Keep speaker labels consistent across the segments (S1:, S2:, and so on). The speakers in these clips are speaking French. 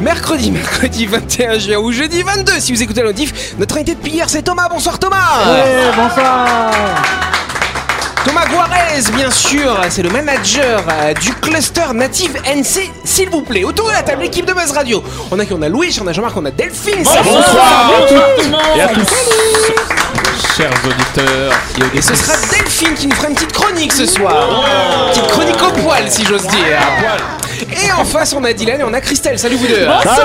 S1: mercredi, mercredi 21 juin ou jeudi 22 si vous écoutez l'audif. Notre invité depuis hier c'est Thomas. Bonsoir Thomas.
S2: Eh,
S3: Ouais, bonsoir.
S1: Thomas Guarez, bien sûr, c'est le manager euh, du cluster native NC, s'il vous plaît. Autour de la table, l'équipe de Buzz Radio. On a qui On a Louis, on a Jean-Marc, on a Delphine. ça va
S2: Bonsoir à toutes et à tous,
S1: Salut.
S2: chers auditeurs.
S1: Et ce sera Delphine qui nous fera une petite chronique ce soir. Petite chronique au poil, si j'ose dire. Et en face, on a Dylan et on a Christelle. Salut vous deux.
S3: Bonsoir,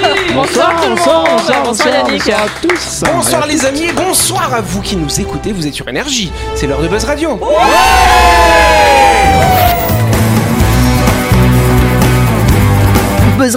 S4: tout le
S3: bonsoir,
S4: monde.
S3: bonsoir,
S4: Bonsoir,
S3: bonsoir,
S4: Yannick.
S3: bonsoir à tous.
S1: Bonsoir les amis et bonsoir à vous qui nous écoutez. Vous êtes sur Énergie. C'est l'heure de Buzz Radio.
S4: Buzz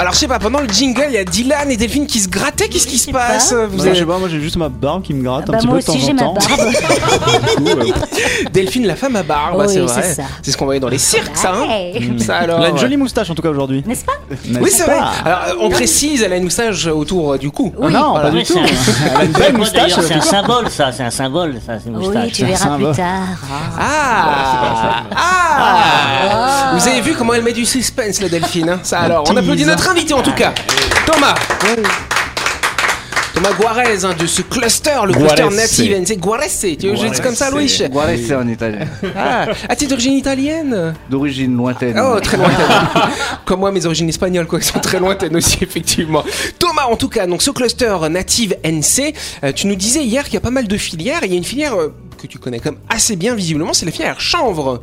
S1: Alors je sais pas, pendant le jingle, il y a Dylan et Delphine qui se grattaient. Qu'est-ce qui se passe Vous
S3: Vous
S1: avez-
S3: je sais pas, moi j'ai juste ma barbe qui me gratte
S5: Bah,
S3: un petit
S5: moi
S3: peu de temps
S5: aussi, j'ai
S3: en
S5: ma
S3: temps.
S5: barbe.
S3: Du coup, euh,
S1: Delphine, la femme à barbe,
S5: Oui,
S1: c'est
S5: c'est
S1: vrai.
S5: ça.
S1: C'est ce qu'on voyait dans les cirques, ça. hein
S5: Hey.
S1: ça alors.
S3: Elle a une jolie moustache en tout cas aujourd'hui.
S5: N'est-ce pas
S3: N'est-ce
S1: Oui, c'est vrai.
S3: pas
S1: Alors, euh, on précise, elle a une moustache autour euh, du cou.
S3: Ah non,
S1: Voilà.
S3: pas du
S6: Ouais,
S3: tout.
S6: hein. c'est un-
S3: Elle a une
S6: C'est
S3: belle
S6: quoi,
S3: moustache.
S6: d'ailleurs C'est un symbole, ça. C'est un symbole, ça. C'est une
S5: Oui,
S6: moustache.
S5: tu verras
S3: symbole.
S5: plus tard. Ah.
S1: Ah, ah, Vous avez vu comment elle met du suspense, la Delphine. hein ça alors, on applaudit notre invité en tout cas, Thomas. Thomas Guarez, hein, de ce cluster, le cluster
S2: Guarese.
S1: native NC. Guarese, tu veux juste comme ça, Louis
S7: Guarese c'est en italien.
S1: Ah, ah t'es d'origine italienne
S7: D'origine lointaine.
S1: Oh, très lointaine. Comme moi, mes origines espagnoles, quoi, elles sont très lointaines aussi, effectivement. Thomas, en tout cas, donc ce cluster native NC, euh, tu nous disais hier qu'il y a pas mal de filières, et il y a une filière euh, que tu connais quand même assez bien, visiblement, c'est la filière chanvre.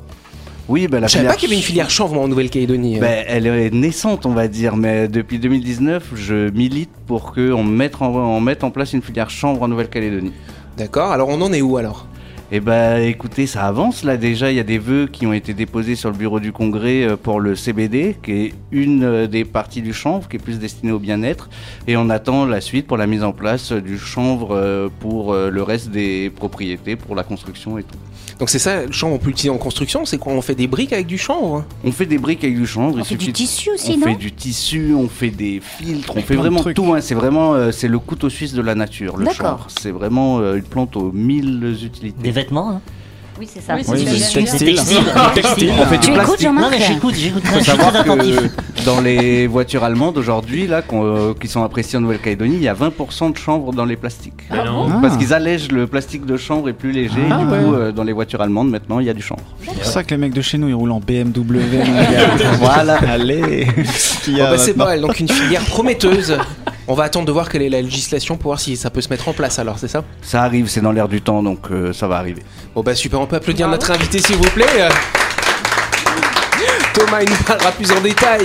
S7: Oui, bah, la
S1: Je savais
S7: filière-
S1: pas qu'il y avait une filière chanvre moi, en Nouvelle-Calédonie. euh,
S7: Bah, elle est naissante, on va dire, mais depuis 2019, je milite pour qu'on mette en, on mette en place une filière chanvre en Nouvelle-Calédonie.
S1: D'accord, alors on en est où alors
S7: Eh bah écoutez, ça avance là déjà, il y a des vœux qui ont été déposés sur le bureau du Congrès euh, pour le CBD, qui est une euh, des parties du chanvre, qui est plus destinée au bien-être, et on attend la suite pour la mise en place euh, du chanvre euh, pour euh, le reste des propriétés, pour la construction et tout.
S1: Donc c'est ça, le chanvre, on peut l'utiliser en construction, c'est quoi On fait des briques avec du chanvre
S7: On fait des briques avec du chanvre,
S5: On
S7: il
S5: fait
S7: suffit
S5: du
S7: de-
S5: tissu aussi,
S7: On fait
S5: non
S7: du tissu, on fait des filtres, on fait
S3: plein de
S7: vraiment
S3: trucs.
S7: tout. hein. C'est vraiment euh, c'est le couteau suisse de la nature, le
S5: D'accord.
S7: chanvre. C'est vraiment euh, une plante aux mille utilités.
S6: Des vêtements, hein.
S5: Oui, c'est ça.
S4: Oui,
S3: Oui,
S4: c'est
S3: mais
S4: ça,
S3: c'est
S6: Des
S3: textile.
S6: textiles. des textiles.
S7: On fait du
S5: Tu écoutes,
S7: plastique.
S6: Non, mais
S5: Jean-Marc
S6: j'écoute, j'écoute.
S7: Faut
S6: Je suis très
S7: savoir
S6: attentif.
S7: que dans les voitures allemandes aujourd'hui, là, qu'on, euh, qui sont appréciées en Nouvelle-Calédonie, il y a 20% de chanvre dans les plastiques.
S3: Ah.
S7: Parce qu'ils allègent le plastique de chanvre est plus léger.
S3: Ah,
S7: du
S3: ouais.
S7: coup, euh, dans les voitures allemandes, maintenant, il y a du chanvre.
S3: C'est pour ça que les mecs de chez nous ils roulent en BMW. mon gars.
S7: voilà.
S3: Allez. Qui
S1: Oh,
S3: a
S1: bah, C'est
S3: maintenant-
S1: pas elle, donc une filière prometteuse. On va attendre de voir quelle est la législation pour voir si ça peut se mettre en place alors, c'est ça
S7: Ça arrive, c'est dans l'air du temps, donc euh, ça va arriver.
S1: Bon bah super, on peut applaudir notre invité s'il vous plaît. Euh, Thomas, il nous parlera plus en détail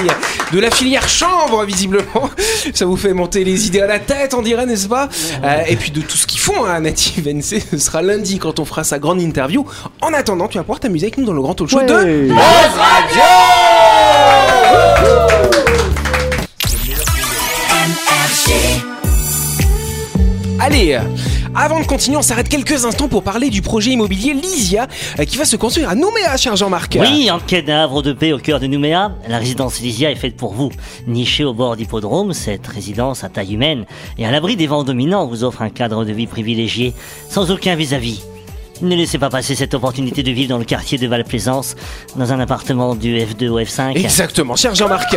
S1: de la filière chanvre, visiblement. Ça vous fait monter les idées à la tête, on dirait, n'est-ce pas Euh, Et puis de tout ce qu'ils font à Native NC, ce sera lundi quand on fera sa grande interview. En attendant, tu vas pouvoir t'amuser avec nous dans le grand talk show de... Allez, euh, avant de continuer, on s'arrête quelques instants pour parler du projet immobilier Lysia euh, qui va se construire à Nouméa, cher Jean-Marc.
S6: Oui, en quai d'un havre de paix au cœur de Nouméa, la résidence Lysia est faite pour vous. Nichée au bord d'hippodrome, cette résidence à taille humaine et à l'abri des vents dominants vous offre un cadre de vie privilégié, sans aucun vis-à-vis. Ne laissez pas passer cette opportunité de vivre dans le quartier de Val-Plaisance, dans un appartement du F2 au F5.
S1: Exactement, cher Jean-Marc.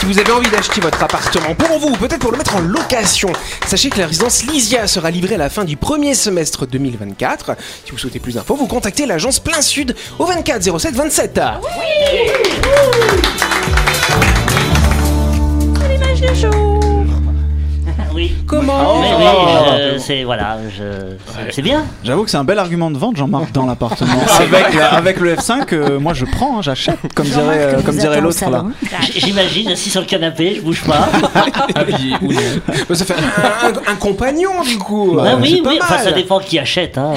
S1: Si vous avez envie d'acheter votre appartement pour vous ou peut-être pour le mettre en location, sachez que la résidence Lysia sera livrée à la fin du premier semestre 2024. Si vous souhaitez plus d'infos, vous contactez l'agence Plein Sud au 24 07 27.
S6: Oui.
S1: Comment
S6: Mais oui, je- c'est voilà, je- c'est- c'est bien.
S3: J'avoue que c'est un bel argument de vente, Jean-Marc, dans l'appartement. avec, la- avec le F5, euh, moi je prends, hein, j'achète, comme dirait, euh, comme dirait l'autre là.
S6: J- J'imagine assis sur le canapé, je bouge pas.
S2: Ah
S1: Bah, Ça fait un, un- un compagnon du coup.
S6: Bah
S1: C'est
S6: oui,
S1: pas
S6: oui. Enfin,
S1: mal.
S6: ça dépend qui achète. Hein.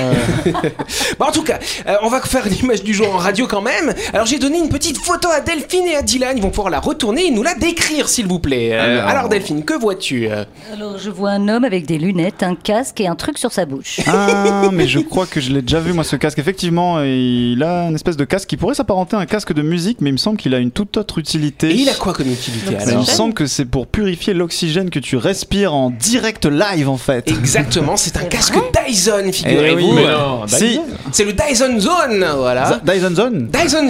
S1: Bon, en tout cas, euh, on va faire l'image du jour en radio quand même. Alors j'ai donné une petite photo à Delphine et à Dylan. Ils vont pouvoir la retourner et nous la décrire, s'il vous plaît. Euh,
S7: Alors.
S1: alors Delphine, que vois-tu euh
S5: Alors, je vois un homme avec des lunettes, un casque et un truc sur sa bouche.
S3: Ah, mais je crois que je l'ai déjà vu, moi, ce casque. Effectivement, il a une espèce de casque qui pourrait s'apparenter à un casque de musique, mais il me semble qu'il a une toute autre utilité.
S1: Et il a quoi comme utilité
S5: Donc,
S3: Il me
S1: alors
S5: c'est-
S3: semble que c'est pour purifier l'oxygène que tu respires en direct live, en fait.
S1: Exactement, c'est un casque Dyson,
S3: Eh
S1: figurez-vous.
S3: oui.
S2: Mais non,
S3: Si,
S1: C'est le Dyson Zone, voilà.
S3: Dyson Zone
S1: Dyson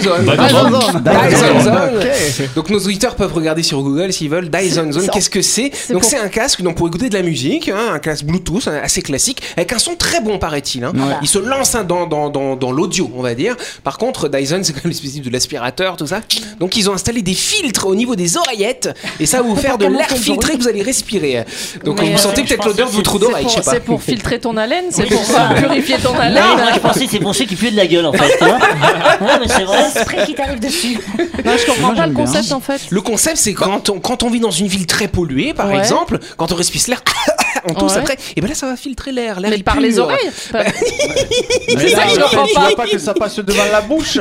S1: Zone.
S2: Dyson
S1: Dyson
S3: Zone. Dyson
S1: Zone.
S3: Zone,
S1: Donc nos auditeurs peuvent regarder sur Google s'ils veulent Dyson Zone. Qu'est-ce que c'est Donc
S5: pour-
S1: c'est un casque donc pour écouter de la musique, hein, un casque Bluetooth hein, assez classique avec un son très bon paraît-il. hein.
S3: Ouais.
S1: Il se lance hein, dans, dans, dans, dans l'audio on va dire. Par contre Dyson c'est comme l'espèce de l'aspirateur tout ça. Donc ils ont installé des filtres au niveau des oreillettes et ça va vous faire de
S5: Pour
S1: l'air
S5: camoufler le
S1: filtré que vous allez respirer. Donc
S8: Mais,
S1: vous
S8: euh,
S1: sentez
S6: je
S1: peut-être
S6: pense
S1: l'odeur de
S6: que
S1: vos trous d'oreilles, je sais
S8: C'est
S1: pas.
S8: pour, c'est pour filtrer ton haleine, c'est
S6: Oui,
S8: pour
S6: c'est ça.
S8: purifier ton
S6: Non,
S8: haleine.
S6: moi je pensais que c'est pour ceux qui puaient de la gueule en fait. tu vois. Ouais, mais c'est vrai.
S5: Spray qui t'arrive dessus.
S8: Non, je comprends
S3: Moi,
S8: pas
S3: j'aime
S8: le
S3: bien.
S8: concept en fait.
S1: Le concept, c'est quand on, quand on vit dans une ville très polluée, par
S8: Ouais.
S1: exemple, quand on respire l'air, on tousse
S8: Ouais.
S1: après, et ben là, ça va filtrer l'air. l'air
S8: Mais
S1: il
S8: par
S1: pue.
S8: les oreilles.
S3: Mais
S8: ça que je
S3: en fait,
S8: comprends pas.
S3: Tu veux pas que ça passe devant la bouche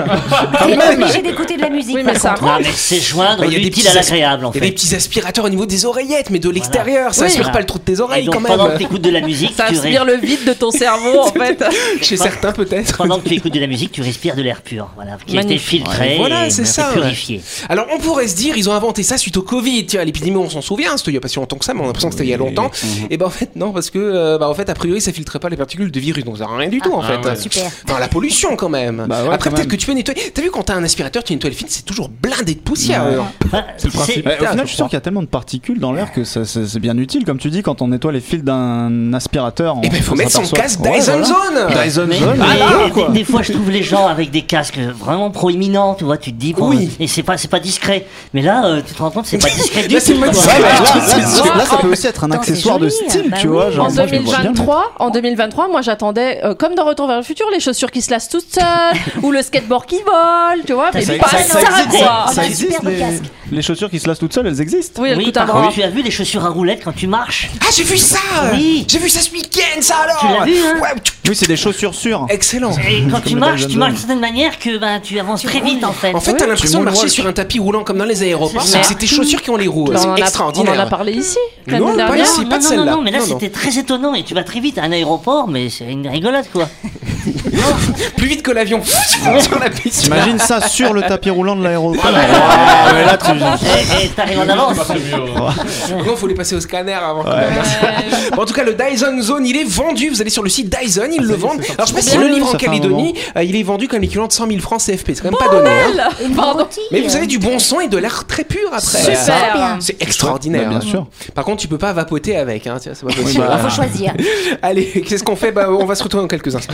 S5: T'es pas obligé d'écouter de la musique.
S8: Oui,
S5: par
S8: mais ça
S5: contre.
S6: Non, mais c'est joindre
S1: Bah, il y a des
S6: l'utile
S1: petits
S6: à l'agréable en
S1: Il y a des
S6: fait.
S1: petits aspirateurs au niveau des oreillettes, mais de l'extérieur, ça
S8: Oui.
S1: aspire
S6: Voilà.
S1: pas le trou de tes
S6: Et
S1: oreilles quand
S6: donc
S1: même.
S6: pendant que t'écoutes de la musique,
S8: Ça
S6: tu
S8: aspire
S6: respires.
S8: le vide de ton cerveau en fait.
S1: Chez certains, peut-être.
S6: Pendant que tu écoutes de la musique, tu respires de l'air pur, voilà, qui a été
S8: Magnifique.
S6: filtré
S1: Voilà,
S6: et,
S1: c'est
S6: et
S1: ça, ouais.
S6: purifié.
S1: Alors, on pourrait se dire, ils ont inventé ça suite au Covid. Tiens, l'épidémie, on s'en souvient, hein, c'était il y a pas si longtemps que ça, mais on a l'impression que c'était il y a longtemps. Et ben, en fait, non, parce que, euh, bah, en fait, a priori, ça filtrait pas les particules de virus, donc ça sert à rien du tout, en fait.
S2: ouais.
S5: Super.
S1: Dans la pollution, quand même.
S3: Bah ouais,
S1: Après,
S3: quand
S1: peut-être
S3: même.
S1: que tu peux nettoyer. T'as vu, quand t'as un aspirateur, tu nettoies le fil, c'est toujours blindé de poussière. euh,
S6: Enfin,
S2: C'est le principe.
S3: Ouais, au
S1: Putain,
S3: final,
S1: je
S3: je suis sûr qu'il y a tellement de particules dans l'air que ça- c'est c'est bien utile, comme tu dis, quand on nettoie les fils d'un aspirateur.
S1: Eh ben, faut mettre son casque Dyson Zone.
S3: Zone. Dyson
S6: Mais-
S3: Zone.
S6: mais-
S1: Ah,
S3: et voilà,
S6: des-
S3: quoi.
S6: des, fois, je trouve les gens avec des casques vraiment proéminents, tu vois, tu te dis bon,
S1: Oui.
S6: et c'est pas, c'est pas discret. Mais là, euh, tu te rends compte, c'est pas discret du
S1: Là, c'est
S6: tout.
S1: pas
S6: quoi.
S3: Ouais,
S1: discret.
S3: mais là,
S1: C'est
S3: là,
S1: sûr.
S3: là, ça peut aussi être un
S5: Attends,
S3: accessoire
S5: c'est
S3: de
S5: joli,
S3: style,
S5: bah
S3: tu
S5: oui.
S3: vois. Genre,
S8: En
S3: moi, je le vois bien,
S8: 2023, en 2023, moi j'attendais, euh, comme dans Retour vers le futur, les chaussures qui se lassent toutes seules, ou le skateboard qui vole, tu vois, mais
S6: Ça,
S8: pas
S6: ça,
S8: ça,
S6: ça existe.
S8: quoi. Ah,
S3: Ça
S5: un
S3: existe,
S5: superbe
S3: les,
S5: casque.
S3: les chaussures qui se lassent toutes seules, elles existent.
S8: Oui, elle
S6: Oui,
S8: coûte un
S6: par
S8: bras.
S6: contre, tu as vu les chaussures à roulettes quand tu marches
S1: Ah, j'ai vu ça
S6: Oui.
S1: J'ai vu ça ce week-end, ça alors
S6: Tu l'as vu, hein
S1: Ouais, tu-
S3: Oui, c'est des chaussures sûres.
S1: Excellent
S6: Et quand tu
S3: Comme
S6: marches,
S3: Dyson
S6: tu marches d'une
S3: Zone.
S6: certaine manière que ben, tu avances très vite en fait.
S1: En fait, t'as l'impression
S3: tu
S1: de marcher
S3: moonwalk.
S1: sur un tapis roulant comme dans les aéroports,
S6: C'est
S1: sauf que
S8: ça.
S1: c'est tes chaussures qui ont les roues.
S8: Bah, on, en
S1: C'est
S8: a, on en a
S1: extraordinaire.
S8: parlé ici,
S1: Non,
S8: l'année
S1: pas
S8: dernière.
S1: ici.
S6: non,
S1: pas
S6: non,
S1: de
S6: non,
S1: celle-là.
S6: non, mais là
S1: Non, non.
S6: c'était très étonnant et tu vas très vite à un aéroport, mais c'est une rigolade quoi.
S1: Plus vite que l'avion sur la piste.
S3: T'imagines ça sur le tapis roulant de l'aéroport Ah,
S6: mais là,
S1: Eh,
S6: tu t'arrives en avance.
S1: Non, faut les passer au scanner avant. quand
S3: Ouais.
S1: même. Bon, en tout cas, le Dyson Zone, il est vendu. Vous allez sur le site Dyson,
S3: Ah,
S1: ils le vendent. Alors, je sais pas si
S3: Ouais,
S1: le livre en
S3: ça fait un
S1: Calédonie, euh, il est vendu comme l'équivalent de 100 000 francs CFP. C'est quand même pas donné. hein.
S8: Pardon.
S1: Mais vous avez du bon son et de l'air très pur après.
S8: Super.
S5: bien.
S1: C'est extraordinaire.
S3: Bah,
S1: hein.
S3: Bien sûr. bah.
S1: Par contre, tu peux pas vapoter avec. Hein. Tiens, C'est pas possible.
S5: Il faut choisir.
S1: Allez, qu'est-ce qu'on fait bah, On va se retrouver dans quelques instants.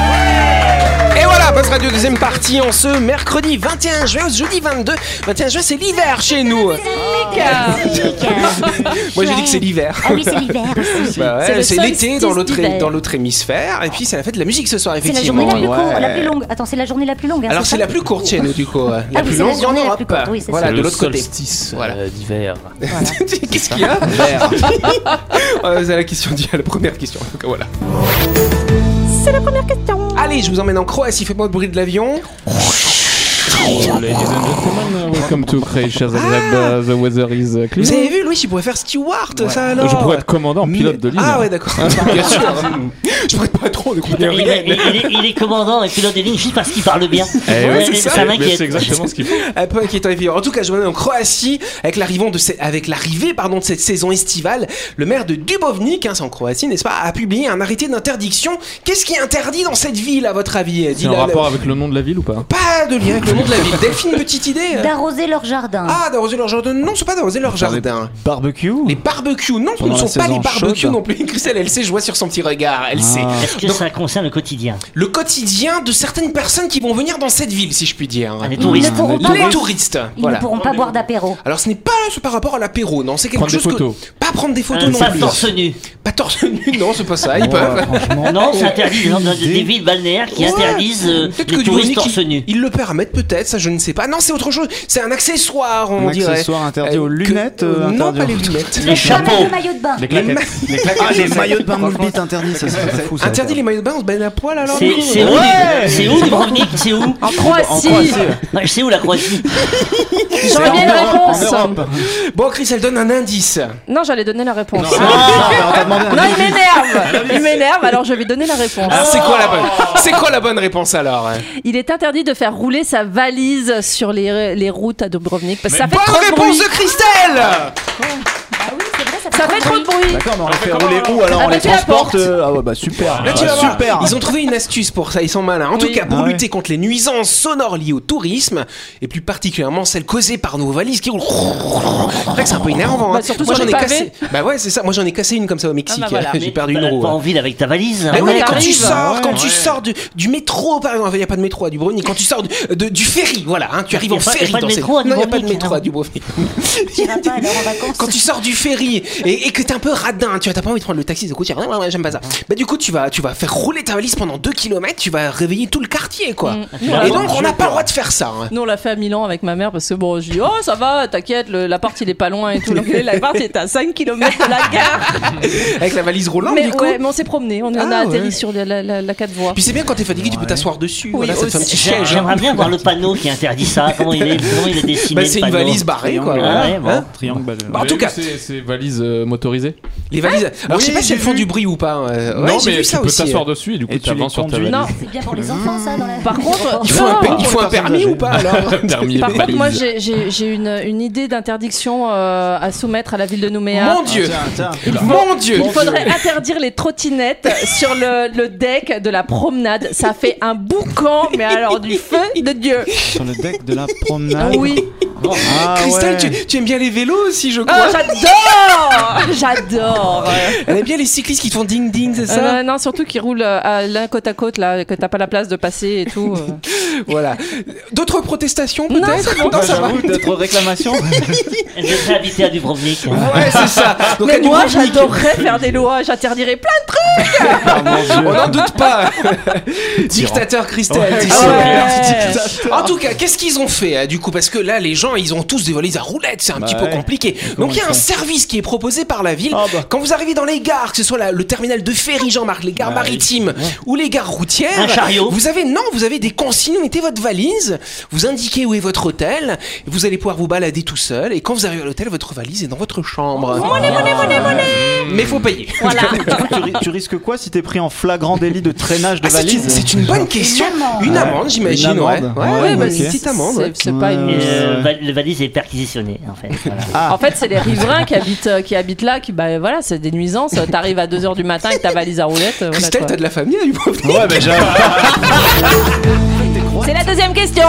S1: Et voilà, Buzz Radio, deuxième partie en ce mercredi 21 juin, jeudi 22. 21 juin, c'est l'hiver chez nous. Bah. Moi, j'ai dit que c'est l'hiver.
S5: Ah oui, c'est l'hiver aussi.
S1: Bah ouais,
S8: C'est le
S1: c'est l'été
S8: solstice
S1: dans l'autre,
S8: d'hiver.
S1: dans l'autre hémisphère. Et puis, c'est la fête de la musique ce soir,
S5: C'est la
S1: effectivement.
S5: journée la plus, courte, la
S1: Ouais.
S5: plus longue. Attends, c'est la journée la plus longue. hein,
S1: Alors, c'est la
S5: ça
S1: plus courte chez nous, du coup. La
S5: oui,
S1: plus
S5: c'est la
S1: longue en
S5: journée la
S1: Europe.
S5: plus courte, oui, c'est
S1: voilà,
S5: ça.
S1: Bah, de l'autre côté.
S2: solstice
S1: Voilà.
S2: euh, d'hiver.
S1: Qu'est-ce qu'il y a Euh, C'est la question du- la première question. en tout cas, voilà. C'est la première question. Allez, je vous emmène en Croatie. Faites-moi le bruit de l'avion.
S2: Ladies and gentlemen, Ah, welcome to Creations and Lab, The Weather is uh, clear.
S1: Vous avez vu, Louis, il pourrait faire Stewart, ça alors.
S2: Je pourrais être commandant, pilote de ligne.
S1: Ah ouais, d'accord. Bien sûr. Je pourrais être patron de groupe
S6: Il, est-
S1: aérien.
S6: il est- il est commandant et pilote des lignes juste parce qu'il parle bien.
S2: Eh
S1: ouais,
S6: Mais-
S1: c'est
S6: mais
S1: ça,
S6: ça
S2: Mais
S6: m'inquiète.
S2: c'est exactement ce qu'il faut.
S1: Un peu inquiétant et vivant. En tout cas, je me mets en Croatie avec l'arrivée de, ce- avec l'arrivée, pardon, de cette saison estivale. Le maire de Dubrovnik, hein, c'est en Croatie, n'est-ce pas, a publié un arrêté d'interdiction. Qu'est-ce qui est interdit dans cette ville, à votre avis
S2: C'est en rapport avec le nom de la ville ou pas
S1: Pas de lien avec le nom de la ville. Delphine, petite idée
S5: D'arroser leur jardin.
S1: euh, Ah, d'arroser leur jardin. Non, c'est pas d'arroser leur jardin.
S3: Barbecue
S1: Les barbecues, non, ce
S3: Pendant
S1: ne sont
S3: la
S1: pas
S3: saison
S1: les barbecues
S3: chaude. Ah.
S1: non plus. Christelle, elle sait, je vois sur son petit regard, elle sait.
S6: Est-ce que
S1: Donc-
S6: ça concerne le quotidien
S1: Le quotidien de certaines personnes qui vont venir dans cette ville, si je puis dire.
S6: Ah, Les
S5: Ils ne
S6: touristes
S5: pourront pas
S1: Les
S5: boire-
S1: touristes,
S5: ils ne
S1: voilà.
S5: pourront pas boire d'apéro.
S1: Alors ce n'est pas ce par rapport à l'apéro, non, c'est quelque
S2: Prendre des
S1: chose que
S2: photos.
S1: pas pas prendre des photos
S6: Euh,
S1: non
S6: pas
S1: plus.
S6: torse nu.
S1: Pas torse nu, non, c'est pas ça, ils peuvent.
S3: franchement.
S6: Non, c'est interdit dans dans des
S3: idée.
S6: villes balnéaires qui
S1: Ouais.
S6: interdisent euh,
S1: Peut-être que
S6: les touristes
S1: Dubrovnik,
S6: torse
S1: ils-
S6: nu.
S1: Ils le permettent peut-être, ça je ne sais pas. Non, c'est autre chose. C'est un accessoire, on
S3: Un
S1: dirait.
S3: accessoire interdit aux
S1: Euh, que-
S3: lunettes, euh,
S1: non,
S3: interdit
S1: pas
S3: aux-
S1: les lunettes.
S5: Les
S6: chapeaux.
S5: Le maillot de bain.
S3: Les claquettes. Les claquettes.
S9: Ah, les maillots de bain moule bite interdits, ça c'est fou ça.
S1: Interdit les maillots de bain, on se baigne à poil alors
S6: C'est
S1: nous
S6: c'est où C'est où Dubrovnik C'est où
S8: En Croatie
S6: Ouais, C'est où la Croatie
S1: Ah,
S8: J'aurais bien la réponse
S1: Bon, Chris, elle donne un indice.
S8: Non, j'allais donner la réponse.
S3: on t'a demandé un
S8: Non, il m'énerve Il m'énerve, alors je vais donner la réponse.
S6: Ah.
S1: Alors, Ah, c'est quoi la bonne C'est quoi la bonne réponse alors hein
S8: Il est interdit de faire rouler sa valise sur les, les routes à Dubrovnik parce que ça fait
S1: Bonne
S8: trop de
S1: réponse
S8: bruit.
S1: de Christelle
S5: Ah oui, c'est vrai, ça
S8: Ça fait trop de bruit.
S9: D'accord, mais on va faire rouler où alors
S8: Ah,
S9: On
S8: bah,
S9: les
S8: tu la
S9: transporte
S8: portes.
S9: euh, Ah ouais, bah super.
S1: Là, tu
S9: Ouais,
S1: vas voir,
S9: super.
S1: Ils ont trouvé une astuce pour ça, ils sont malins. En tout
S8: Oui.
S1: cas, pour
S9: Ah ouais.
S1: lutter contre les nuisances sonores liées au tourisme, et plus particulièrement celles causées par nos valises qui roulent. C'est vrai que c'est un peu énervant. hein.
S8: Bah, surtout
S1: Moi,
S8: sur
S1: j'en ai
S8: les
S1: cassé.
S8: pavés.
S1: Bah ouais, c'est ça. Moi, j'en ai cassé une comme ça au Mexique.
S8: Ah bah voilà.
S1: J'ai perdu une
S6: Bah,
S1: roue.
S6: Pas en
S1: hein.
S6: ville avec ta valise.
S1: Mais
S6: hein.
S1: ouais,
S8: ouais,
S1: quand tu
S8: t'arrives.
S1: sors, quand
S3: Ouais.
S1: tu sors du, du métro, par exemple, il n'y a pas de métro à Dubrovnik, quand tu sors du, de- du ferry, voilà, hein, tu arrives
S6: Y a
S1: en
S6: pas- y a
S1: ferry.
S6: pas de
S1: dans ces-
S6: métro à
S1: Non, y a pas de
S6: Dubrovnik,
S1: métro à
S6: alors.
S1: Dubrovnik.
S5: Tu vas pas alors en vacances.
S1: Quand tu sors du ferry et, et que t'es un peu radin, tu vois, t'as pas envie de prendre le taxi, du coup, tu dis, ouais, ouais, ouais, j'aime pas ça. Bah, du coup, tu vas, tu vas faire rouler ta valise pendant 2 km, tu vas réveiller tout le quartier, quoi.
S6: Ah,
S1: Et
S6: bon,
S1: donc, on n'a pas le droit de faire ça. hein.
S8: Nous, on l'a fait à Milan avec ma mère parce que bon, je dis, oh, ça va, t'inquiète, le- l'appart il est pas loin et tout. Donc, l'appart est à 5 km de la gare.
S1: Avec la valise roulante,
S8: mais,
S1: du coup.
S8: ouais, mais on s'est promené, on, on
S1: Ah,
S8: a atterri
S1: ouais.
S8: sur la, la, la, la 4 voies.
S1: Puis c'est bien quand t'es fatigué, tu peux t'asseoir dessus. voilà, ça te fait un
S8: aussi.
S1: petit
S6: J'ai-
S1: siège. hein.
S6: J'aimerais bien voir le panneau qui interdit ça. Comment il est, comment il est dessiné
S1: Bah,
S6: le
S1: c'est une
S6: panneau.
S1: valise barrée, quoi.
S6: Ouais,
S1: Hein
S6: bon.
S1: Hein
S3: Triangle bas de-
S1: Bah, en
S2: Vous
S1: tout
S2: avez
S1: cas-
S2: vu ces- Ces valises euh, motorisées
S1: Les valises. Alors, je sais
S2: Oui,
S1: pas si
S2: j'ai
S1: elles font
S2: vu.
S1: du bruit ou pas. euh, ouais,
S2: non,
S1: j'ai
S2: mais
S1: vu
S2: tu
S1: ça
S2: peux
S1: aussi.
S2: t'asseoir dessus et du coup
S3: Et tu
S2: tu
S3: les
S2: avances sur ta
S3: conduis.
S2: valise.
S8: Non,
S5: C'est bien pour les enfants, ça, dans la.
S8: par contre,
S1: Il faut, un,
S8: Non.
S1: pe- il faut un
S3: Personne
S1: permis
S3: âgée.
S1: ou pas alors
S2: Permis
S8: Par contre,
S2: valise.
S8: moi, j'ai- j'ai j'ai une, une idée d'interdiction euh, à soumettre à la ville de Nouméa.
S1: Mon Dieu
S3: Ah,
S9: Tiens, tiens.
S1: Mon Dieu
S8: Il faudrait interdire les trottinettes sur le, le deck de la promenade. Ça fait un boucan, mais alors du feu de Dieu.
S3: Sur le deck de la promenade.
S8: Oui.
S3: Ah,
S1: Christelle,
S3: ouais.
S1: tu, tu aimes bien les vélos aussi, je
S8: Oh,
S1: crois.
S8: j'adore J'adore
S1: Elle aime bien les cyclistes qui te font ding-ding, c'est ça
S8: Euh, Non, surtout qu'ils roulent euh, à l'un côte à côte, là, et que t'as pas la place de passer et tout. euh.
S1: Voilà. D'autres protestations
S8: Non,
S1: peut-être
S8: c'est bon.
S1: ça va.
S3: J'avoue, d'autres réclamations.
S6: Je serais habité à Dubrovnik.
S1: Ouais, c'est ça. Donc, à
S8: Mais moi,
S1: Dubrovnik,
S8: j'adorerais faire des lois, j'interdirais plein de trucs
S3: Ah, mon Dieu.
S1: On n'en doute pas. Dictateur Christelle. tu sais.
S8: Ouais.
S1: En tout cas, qu'est-ce qu'ils ont fait euh, du coup Parce que là, les gens, ils ont tous des valises à roulettes, c'est un
S3: Bah
S1: petit peu
S3: ouais.
S1: compliqué. Donc il y a
S3: ils
S1: un
S3: font
S1: service qui est proposé par la ville.
S3: Ah bah.
S1: Quand vous arrivez dans les gares, que ce soit la- le terminal de ferry, Jean-Marc, les gares
S3: Ouais,
S1: maritimes ou les gares routières,
S6: Un chariot.
S1: vous avez non, vous avez des consignes. Vous mettez votre valise, vous indiquez où est votre hôtel, vous allez pouvoir vous balader tout seul. Et quand vous arrivez à l'hôtel, votre valise est dans votre chambre. Mais faut payer.
S8: Voilà
S3: Du coup, tu, ri- tu risques quoi si t'es pris en flagrant délit de traînage de
S1: Ah, c'est une,
S3: valise
S1: c'est une bonne question.
S5: amende.
S1: Une
S3: Ouais.
S1: amende, j'imagine.
S3: Une
S1: Ouais,
S3: amende.
S1: Ah Ouais,
S3: Ouais,
S1: une
S3: bah,
S1: petite
S8: c'est-
S1: amende, ouais. Ah.
S8: c'est- C'est pas une.
S6: Et euh,
S3: Ouais.
S6: val- le valise est perquisitionné en fait. Voilà.
S8: En fait, c'est les riverains qui habitent, euh, qui habitent là, qui, bah voilà, c'est des nuisances. T'arrives à 2h du matin avec ta valise à roulettes. euh, voilà,
S1: Christelle,
S8: quoi.
S1: t'as de la famille à Dubrovnik
S3: Ouais, bah, j'ai-
S8: c'est la deuxième question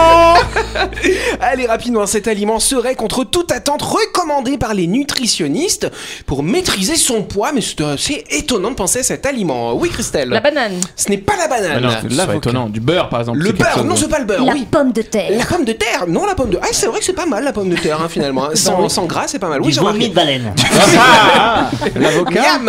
S1: Allez rapidement, cet aliment serait contre toute attente recommandé par les nutritionnistes pour maîtriser son poids, mais c'est assez étonnant de penser à cet aliment. Oui Christelle
S8: La banane.
S1: Ce n'est pas la
S2: Ah
S1: banane.
S2: non, c'est pas étonnant. Du beurre par exemple.
S1: le
S2: c'est quelque
S1: beurre,
S2: chose euh,
S1: non
S2: de-
S1: c'est pas le beurre,
S5: La
S1: euh, oui.
S5: pomme de terre.
S1: La pomme de terre, non la pomme de... Ah c'est vrai que c'est pas mal la pomme de terre hein, finalement.
S5: Bah
S1: hein. Sans, sans gras c'est pas mal.
S6: Du
S1: Oui j'ai
S6: vomi
S1: remarqué.
S6: de baleine.
S1: L'avocat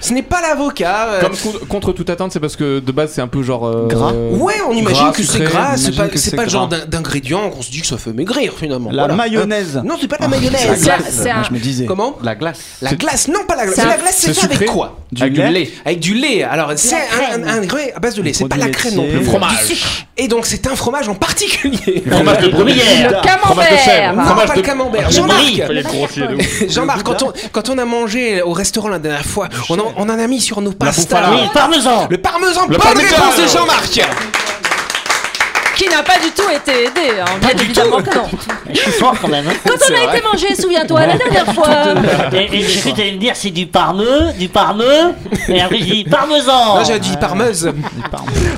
S1: Ce n'est pas l'avocat. euh,
S2: Comme contre, contre toute attente, c'est parce que de base c'est un peu genre. euh,
S3: Gras.
S1: Ouais, on imagine
S2: gras,
S1: que c'est
S2: sucré,
S1: gras, c'est
S3: imagine
S1: pas,
S3: que
S1: c'est
S3: c'est
S1: pas le genre
S3: gras.
S1: d'in- d'ingrédient qu'on se dit que ça fait maigrir finalement.
S3: La
S1: Voilà. hein.
S3: mayonnaise.
S1: Non, c'est pas de la mayonnaise.
S8: C'est un- c'est un-
S3: Je me disais.
S1: Comment
S7: La glace.
S1: La glace, non pas la glace.
S8: C'est
S1: Mais
S8: un-
S1: La glace, c'est
S2: c'est
S1: fait avec
S2: sucré
S1: quoi
S3: Du lait.
S1: Avec du lait. Alors, c'est un, un,
S5: crème.
S1: un gré à base de lait. C'est pas la
S3: produit
S1: crème non
S3: laitier.
S1: plus.
S3: Le
S1: fromage. Et donc, c'est un fromage en particulier.
S6: Fromage de bruyère.
S8: Le
S2: Fromage de chèvre.
S8: camembert
S1: Non,
S2: fromage
S1: pas
S2: de-
S1: le camembert.
S6: de
S1: Jean-Marc,
S6: brie.
S5: Le mascarpone.
S1: Jean-Marc, quand on,
S3: hein.
S1: quand on a mangé au restaurant la dernière fois, on en, on en a mis sur nos pastas.
S6: Oui, parmesan.
S1: Le parmesan,
S2: Le
S1: bonne
S2: parmesan.
S1: réponse de Jean-Marc.
S8: Qui n'a pas du tout été aidé, hein, bien évidemment que non.
S6: Je suis fort quand même. hein.
S8: Quand on a été mangé, souviens-toi, la dernière fois.
S6: Et, et j'ai cru que t'allais me dire c'est du parmeux, du parmeux, et après j'ai dit parmesan.
S2: Oh.
S1: Là, j'ai dit parmeuse.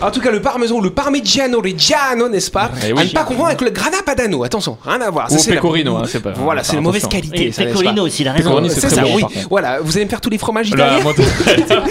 S1: En tout cas, le parmesan ou le parmigiano reggiano, n'est-ce pas
S2: Eh oui.
S1: À ne pas confondre avec le grana padano. Attention, rien à voir. Ça,
S2: Ou
S1: c'est la-
S2: pecorino, hein, c'est pas-
S1: Voilà, c'est
S2: attention.
S1: la mauvaise
S6: et
S1: qualité. ça, n'est-ce pas
S6: pecorino aussi, hein. la raison.
S2: Pecorino, c'est
S1: C'est
S2: très
S1: ça,
S2: bon,
S1: oui.
S2: par contre.
S1: Voilà, vous allez me faire tous les fromages italiens.
S2: La motorisation.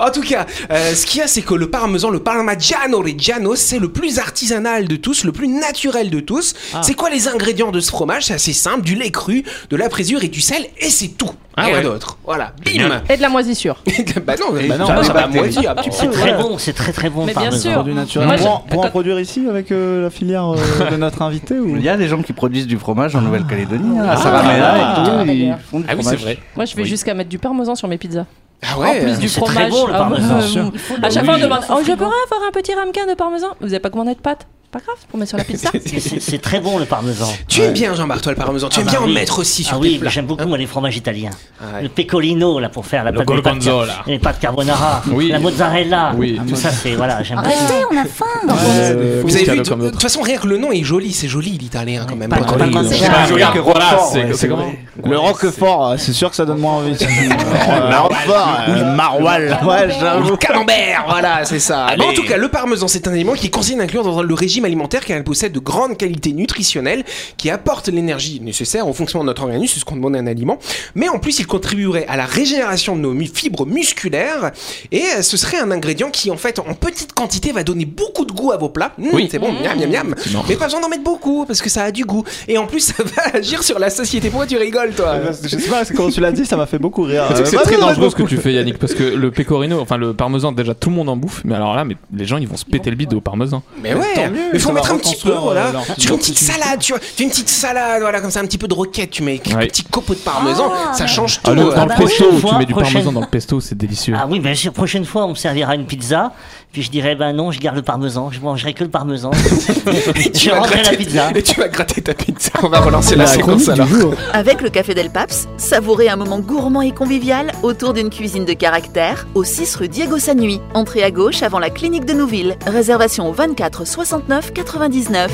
S1: En tout cas, euh, ce qu'il y a, c'est que le parmesan, le parmigiano reggiano, c'est le plus artisanal de tous, le plus naturel de
S6: Ah.
S1: tous. C'est quoi les ingrédients de ce fromage C'est assez simple du lait cru, de la présure et du sel, et c'est tout.
S2: Ah
S1: rien d'autre. Voilà, bim
S8: Et de la moisissure.
S1: Bah non,
S3: Et
S1: bah non,
S3: ça,
S1: bah,
S3: les
S1: bah,
S3: bactéries.
S1: moitié, un petit peu.
S6: C'est très bon, c'est très très bon.
S8: Mais
S6: par
S8: bien
S6: exemple.
S8: sûr.
S3: Produit naturel.
S8: Moi,
S3: pour, en-
S8: je-
S3: pour en produire ici avec euh, la filière euh, de notre invité ou
S7: Il y a des gens qui produisent du fromage en Nouvelle-Calédonie, hein, à
S5: ah,
S7: Saramena et tout, ils
S5: d'ailleurs.
S7: font du
S10: Ah oui, c'est
S7: fromage.
S10: vrai.
S8: Moi, je vais
S7: Oui.
S8: jusqu'à mettre du parmesan sur mes pizzas.
S1: Ah ouais,
S8: en plus du
S6: c'est très
S8: fromage.
S6: bon, le
S8: Ah,
S6: parmesan,
S8: bah,
S3: sûr.
S8: euh, à chaque fois, on demande Oh, je pourrais avoir un petit ramequin de parmesan Vous avez pas commandé de pâtes Pas grave, pour mettre sur la pizza.
S6: C'est- C'est c'est très bon le parmesan.
S1: tu aimes bien Jean-Marc, toi, le parmesan. Tu
S6: Ah
S1: aimes
S6: bah
S1: bien en
S6: oui.
S1: mettre aussi sur
S6: Ah
S1: tes
S6: oui, mais
S1: plats.
S6: j'aime beaucoup moi les fromages italiens.
S1: Ah ouais.
S6: Le pecorino là pour faire la
S10: Le
S6: pâte de pâte-
S10: gorgonzola.
S6: les pâtes carbonara,
S2: Oui.
S6: la mozzarella, Ah,
S2: Oui.
S6: tout ça c'est voilà, j'aime
S8: Ah
S6: beaucoup.
S5: Arrêtez, on a faim.
S2: Ah, Euh,
S1: Vous avez vu, de de toute façon, rien que le nom est joli, c'est joli l'italien quand même.
S6: Pas- pas-
S1: Pecorino.
S6: pas-
S5: c'est-
S10: Ah, le Roquefort,
S3: ouais,
S10: c'est
S3: c'est
S10: c'est comment
S3: Le Roquefort, euh, c'est sûr que ça donne moins envie. Le Roquefort, le Maroilles. Ouais, j'avoue.
S1: Le Camembert, voilà, c'est ça.
S10: Allez.
S1: Bon, en tout cas, le parmesan, c'est un élément qui est considéré inclure dans le régime alimentaire car elle possède de grandes qualités nutritionnelles qui apportent l'énergie nécessaire au fonctionnement de notre organisme, c'est ce qu'on demande à un aliment. Mais en plus, il contribuerait à la régénération de nos mi- fibres musculaires et euh, ce serait un ingrédient qui, en fait, en petite quantité, va donner beaucoup de goût à vos plats. Mm,
S10: Oui.
S1: c'est bon, miam, miam, miam.
S10: bon.
S1: Mais pas besoin d'en mettre beaucoup parce que ça a du goût. Et en plus, ça va agir sur la société. Pourquoi tu rigoles, toi
S3: Je sais pas, quand tu l'as dit, ça m'a fait beaucoup rire.
S2: C'est
S3: Euh, bah,
S2: très
S3: non,
S2: dangereux
S3: beaucoup.
S2: ce que tu fais, Yannick, parce que le pecorino, enfin le parmesan, déjà tout le monde en bouffe, mais alors là, mais les gens ils vont se péter le bide au parmesan.
S1: Mais ouais,
S3: Tant mieux,
S1: mais faut
S3: ça
S1: mettre
S3: va
S1: un petit peu,
S3: reconstruire,
S1: voilà.
S3: euh, leur-
S1: Tu fais une petite salade, tu vois. Tu fais une petite salade, voilà, comme ça, un petit peu de roquette, tu mets un
S2: Ouais.
S1: petit copeau de parmesan,
S5: Ah,
S1: ça
S5: mais-
S1: change tout.
S2: Ah, le-
S1: euh.
S2: dans le
S6: bah,
S2: pesto,
S6: prochaine
S2: tu
S6: fois,
S2: mets du
S6: prochaine-
S2: parmesan dans le pesto, c'est délicieux.
S6: Ah oui, bien sûr, prochaine fois on me servira une pizza, puis je dirai ben non, je garde le parmesan, je mangerai que le parmesan. je
S1: vas
S6: rentre la
S1: gratter-
S6: pizza.
S1: Et tu vas gratter ta pizza. On va relancer la,
S9: La chronique
S1: séquence
S9: du
S1: alors.
S9: jour.
S4: Avec le Café Del Paps, savourez un moment gourmand et convivial autour d'une cuisine de caractère au 6 rue Diego Sanui. Entrée à gauche avant la clinique de Nouville. Réservation au 24 69 99.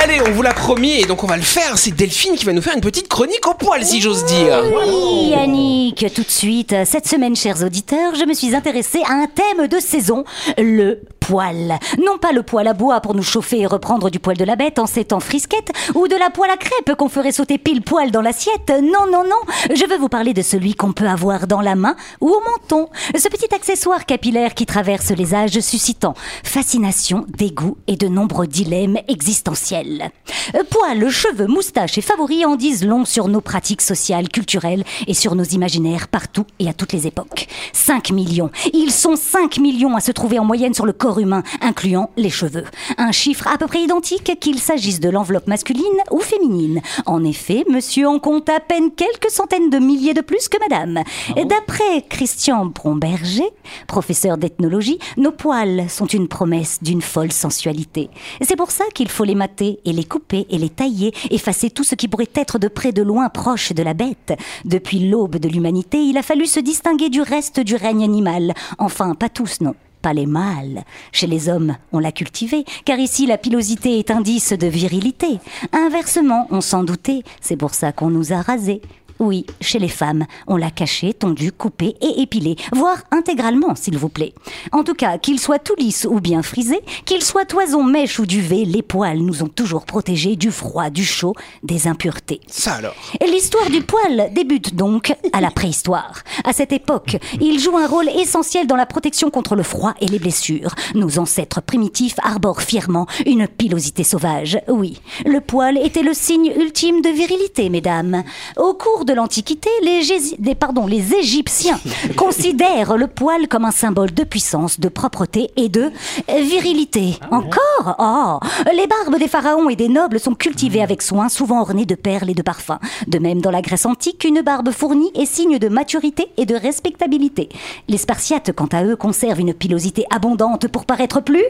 S1: Allez, on vous l'a promis et donc on va le faire. C'est Delphine qui va nous faire une petite chronique au poil, si j'ose dire.
S5: Oui, Yannick, tout de suite, euh, cette semaine, chers auditeurs, je me suis intéressée à un thème de saison, le poil. Non pas le poil à bois pour nous chauffer et reprendre du poil de la bête en ces temps frisquettes, ou de la poêle à crêpes qu'on ferait sauter pile poil dans l'assiette. Non, non, non, je veux vous parler de celui qu'on peut avoir dans la main ou au menton. Ce petit accessoire capillaire qui traverse les âges, suscitant fascination, dégoût et de nombreux dilemmes existentiels. Euh, Poils, cheveux, moustaches et favoris en disent long sur nos pratiques sociales, culturelles et sur nos imaginaires partout et à toutes les époques. 5 millions. Ils sont 5 millions à se trouver en moyenne sur le corps humain, incluant les cheveux. Un chiffre à peu près identique qu'il s'agisse de l'enveloppe masculine ou féminine. En effet, monsieur en compte à peine quelques centaines de milliers de plus que madame. D'après Christian Bromberger, professeur d'ethnologie, nos poils sont une promesse d'une folle sensualité. C'est pour ça qu'il faut les mater et les couper et les tailler, effacer tout ce qui pourrait être de près de loin proche de la bête. Depuis l'aube de l'humanité, il a fallu se distinguer du reste du règne animal. Enfin, pas tous, non. Pas les mâles. Chez les hommes, on l'a cultivé, car ici la pilosité est indice de virilité. Inversement, on s'en doutait, c'est pour ça qu'on nous a rasés. Oui, chez les femmes, on l'a caché, tondu, coupé et épilé, voire intégralement, s'il vous plaît. En tout cas, qu'il soit tout lisse ou bien frisé, qu'il soit toison, mèche ou duvet, les poils nous ont toujours protégés du froid, du chaud, des impuretés.
S1: Ça alors.
S5: Et L'histoire du poil débute donc à la préhistoire. À cette époque, il joue un rôle essentiel dans la protection contre le froid et les blessures. Nos ancêtres primitifs arborent fièrement une pilosité sauvage. Oui, le poil était le signe ultime de virilité, mesdames. Au cours de l'Antiquité, les, Gési- des- pardon, les Égyptiens considèrent le poil comme un symbole de puissance, de propreté et de euh, virilité. Encore Oh Les barbes des pharaons et des nobles sont cultivées avec soin, souvent ornées de perles et de parfums. De même, dans la Grèce antique, une barbe fournie est signe de maturité et de respectabilité. Les Spartiates, quant à eux, conservent une pilosité abondante pour paraître plus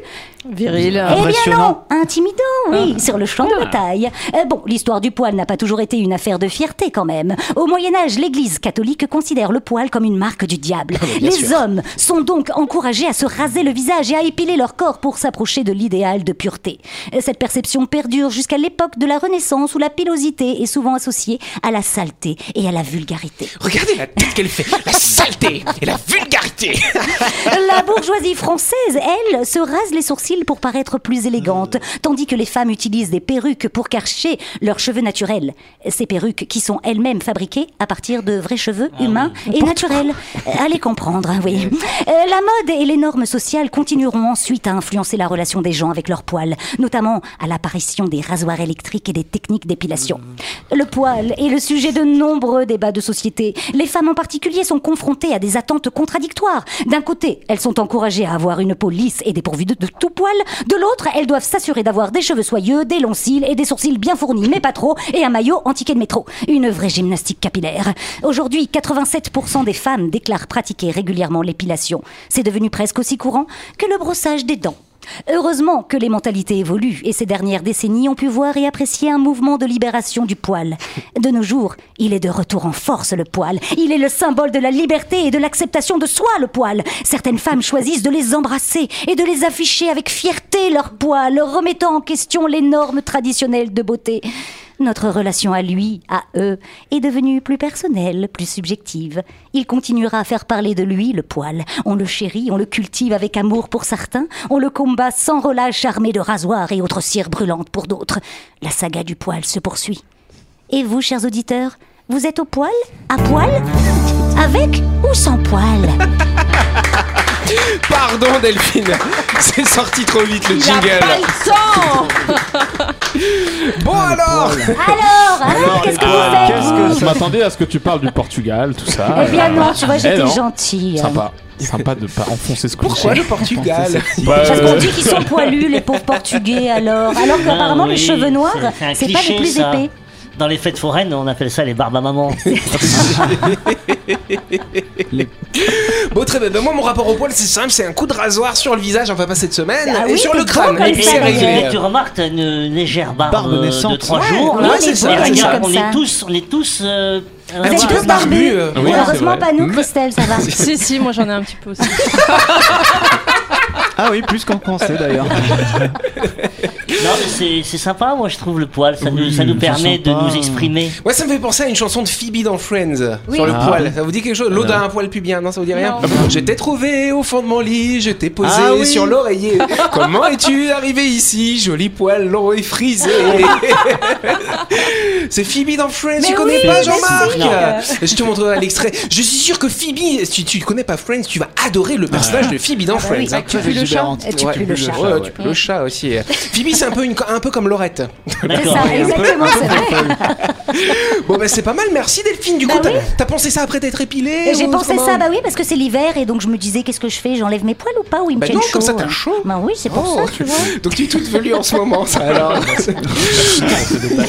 S8: Viril. euh,
S5: eh bien non,
S3: Impressionnant. Ah.
S5: intimidant, oui, sur le champ de bataille. Euh, bon, l'histoire du poil n'a pas toujours été une affaire de fierté quand même. Au Moyen Âge, l'Église catholique considère le poil comme une marque du diable.
S3: Ah
S5: Les hommes sont donc encouragés à se raser le visage et à épiler leur corps pour s'approcher de l'idéal de pureté. Euh, Cette perception perdure jusqu'à l'époque de la Renaissance où la pilosité est souvent associée à la saleté et à la vulgarité.
S1: Regardez la tête qu'elle fait, la saleté et la vulgarité.
S5: La bourgeoisie française, elle, se rase les sourcils pour paraître plus élégante, tandis que les femmes utilisent des perruques pour cacher leurs cheveux naturels. Ces perruques qui sont elles-mêmes fabriqués à partir de vrais cheveux humains et naturels. Euh, Allez comprendre, hein, vous voyez. Euh, la mode et les normes sociales continueront ensuite à influencer la relation des gens avec leurs poils, notamment à l'apparition des rasoirs électriques et des techniques d'épilation. Le poil est le sujet de nombreux débats de société. Les femmes en particulier sont confrontées à des attentes contradictoires. D'un côté, elles sont encouragées à avoir une peau lisse et dépourvue de, de tout poil. De l'autre, elles doivent s'assurer d'avoir des cheveux soyeux, des longs cils et des sourcils bien fournis, mais pas trop, et un maillot en ticket de métro. Une vraie gymnastique capillaire. Aujourd'hui, 87% des femmes déclarent pratiquer régulièrement l'épilation. C'est devenu presque aussi courant que le brossage des dents. Heureusement que les mentalités évoluent et ces dernières décennies ont pu voir et apprécier un mouvement de libération du poil. De nos jours, il est de retour en force le poil. Il est le symbole de la liberté et de l'acceptation de soi le poil. Certaines femmes choisissent de les embrasser et de les afficher avec fierté leur poil, remettant en question les normes traditionnelles de beauté. Notre relation à lui, à eux, est devenue plus personnelle, plus subjective. Il continuera à faire parler de lui le poil. On le chérit, on le cultive avec amour pour certains, on le combat sans relâche armé de rasoirs et autres cires brûlantes pour d'autres. La saga du poil se poursuit. Et vous, chers auditeurs, vous êtes au poil À poil Avec ou sans poil
S1: Pardon Delphine, c'est sorti trop vite le
S8: Il a
S1: jingle.
S8: pas le temps
S1: Bon alors,
S5: Alors, alors, qu'est-ce que vous faites
S3: qu'est-ce que
S5: vous
S2: Ah. Je m'attendais à ce que tu parles du Portugal, tout ça.
S5: Eh bien non, tu vois, j'étais
S2: non.
S5: gentille.
S2: Sympa. Sympa de pas enfoncer ce
S1: pourquoi
S2: cliché.
S1: le Portugal
S2: Bah,
S5: Parce
S2: euh,
S5: qu'on dit qu'ils sont poilus, les pauvres portugais, alors. Alors qu'apparemment,
S6: Ah
S5: les
S6: oui,
S5: cheveux noirs,
S6: un
S5: c'est pas les
S6: cliché,
S5: plus
S6: ça.
S5: épais.
S6: Dans les fêtes foraines, on appelle ça les barbes à maman.
S1: Bon très bien, Ben, moi mon rapport au poil c'est simple, c'est un coup de rasoir sur le visage, enfin pas cette semaine,
S5: Ah
S1: et
S5: oui,
S1: sur le
S5: t'es
S1: crâne,
S5: bon comme
S1: et
S5: ça,
S1: c'est réglé.
S5: d'ailleurs.
S6: Et tu remarques, t'as une légère barbe,
S3: Barbe
S6: euh, de
S3: naissante.
S6: 3
S1: Ouais,
S6: jours.
S1: ouais,
S6: là.
S1: c'est
S6: Et
S1: ça.
S6: regarde,
S5: Comme
S6: on
S5: ça.
S6: est tous, on est tous. euh,
S5: Vous êtes
S1: peu
S5: tous
S1: barbu,
S5: barbus.
S1: euh,
S2: oui, c'est
S5: Heureusement,
S2: vrai.
S5: pas nous, Christelle, ça va.
S8: Si, si, moi j'en ai un petit peu aussi.
S3: Ah oui, plus qu'en français d'ailleurs.
S6: Non, mais c'est c'est sympa, moi je trouve le poil. Ça nous, ça nous
S3: c'est
S6: permet de
S3: sympa.
S6: nous exprimer.
S1: Moi ça me fait penser à une chanson de Phoebe dans Friends,
S5: Oui.
S1: sur le
S2: Ah.
S1: poil, ça vous dit quelque chose L'eau d'un un poil pubien, non ça vous dit rien
S8: Non.
S1: Je t'ai trouvé au fond de mon lit, je t'ai posé
S3: Ah oui.
S1: sur l'oreiller, comment es-tu arrivé ici Joli poil long et frisé C'est Phoebe dans Friends,
S5: Mais
S1: tu connais
S5: oui,
S1: pas
S5: mais
S1: Jean-Marc Euh,
S5: si.
S1: Je te montrerai l'extrait, je suis sûr que Phoebe, si tu ne connais pas Friends, tu vas adorer le personnage de Phoebe dans
S5: Ah bah oui.
S1: Friends hein.
S5: Tu pues le chat. Et tu
S1: Ouais,
S5: pues le chat.
S1: Ouais, tu pues le chat aussi. Phoebe, c'est un peu, une, un peu comme Laurette.
S5: C'est
S6: D'accord.
S5: ça, exactement, c'est vrai.
S1: Bon, bah c'est pas mal, merci Delphine. Du coup, t'as t'as pensé ça après t'être épilée
S5: Bah Et J'ai
S1: ou
S5: pensé
S1: comment
S5: ça, bah oui, parce que c'est l'hiver et donc je me disais, qu'est-ce que je fais J'enlève mes poils ou pas Ou ils me
S1: Bah
S5: tiennent
S1: non,
S5: chaud
S1: comme ça, t'as
S5: euh.
S1: chaud.
S5: Bah oui, c'est pour
S1: Oh.
S5: ça, tu vois.
S1: Donc tu es toute velue en ce moment, ça alors.
S6: C'est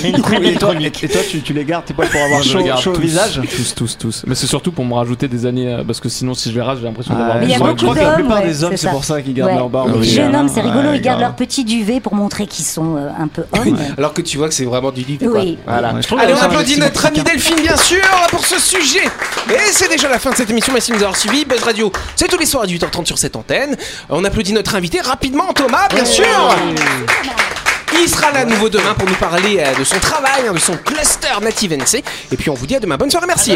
S6: une très belle
S3: Et toi,
S6: chronique.
S3: et- et toi, tu, tu les gardes tes poils pour avoir
S2: Moi, je
S3: chaud,
S2: regarde
S3: chaud au
S2: tous,
S3: visage
S2: Tous, tous, tous. Mais c'est surtout pour me rajouter des années, euh, parce que sinon, si je les rase, j'ai l'impression d'avoir.
S3: Ah,
S5: Mais il y a
S3: je crois-
S2: besoin de-
S3: je crois que la
S5: d'hommes,
S3: plupart
S5: ouais,
S3: des hommes,
S5: c'est
S3: c'est
S5: ça.
S3: pour ça qu'ils gardent
S5: Ouais.
S3: leur barbe.
S5: Les
S3: Oui,
S5: jeunes
S3: hein.
S5: hommes, c'est rigolo,
S3: Ouais,
S5: ils gardent
S3: grave.
S5: leur petit duvet pour montrer qu'ils sont euh, un peu
S1: Ah
S5: hommes.
S1: Alors que tu vois que c'est vraiment du livre. quoi.
S5: Oui.
S1: Voilà.
S3: Ouais, je trouve
S1: Allez,
S3: que
S1: on
S3: ça
S1: applaudit
S3: investit
S1: notre
S3: beaucoup
S1: amie Delphine, bien sûr, pour ce sujet. Et c'est déjà la fin de cette émission. Merci de nous avoir suivis. Buzz Radio, c'est tous les soirs à 18h30 sur cette antenne. On applaudit notre invité rapidement, Thomas, bien sûr. Il sera là à nouveau demain pour nous parler euh, de son travail, hein, de son cluster Native NC. Et puis on vous dit à demain. Bonne soirée, merci.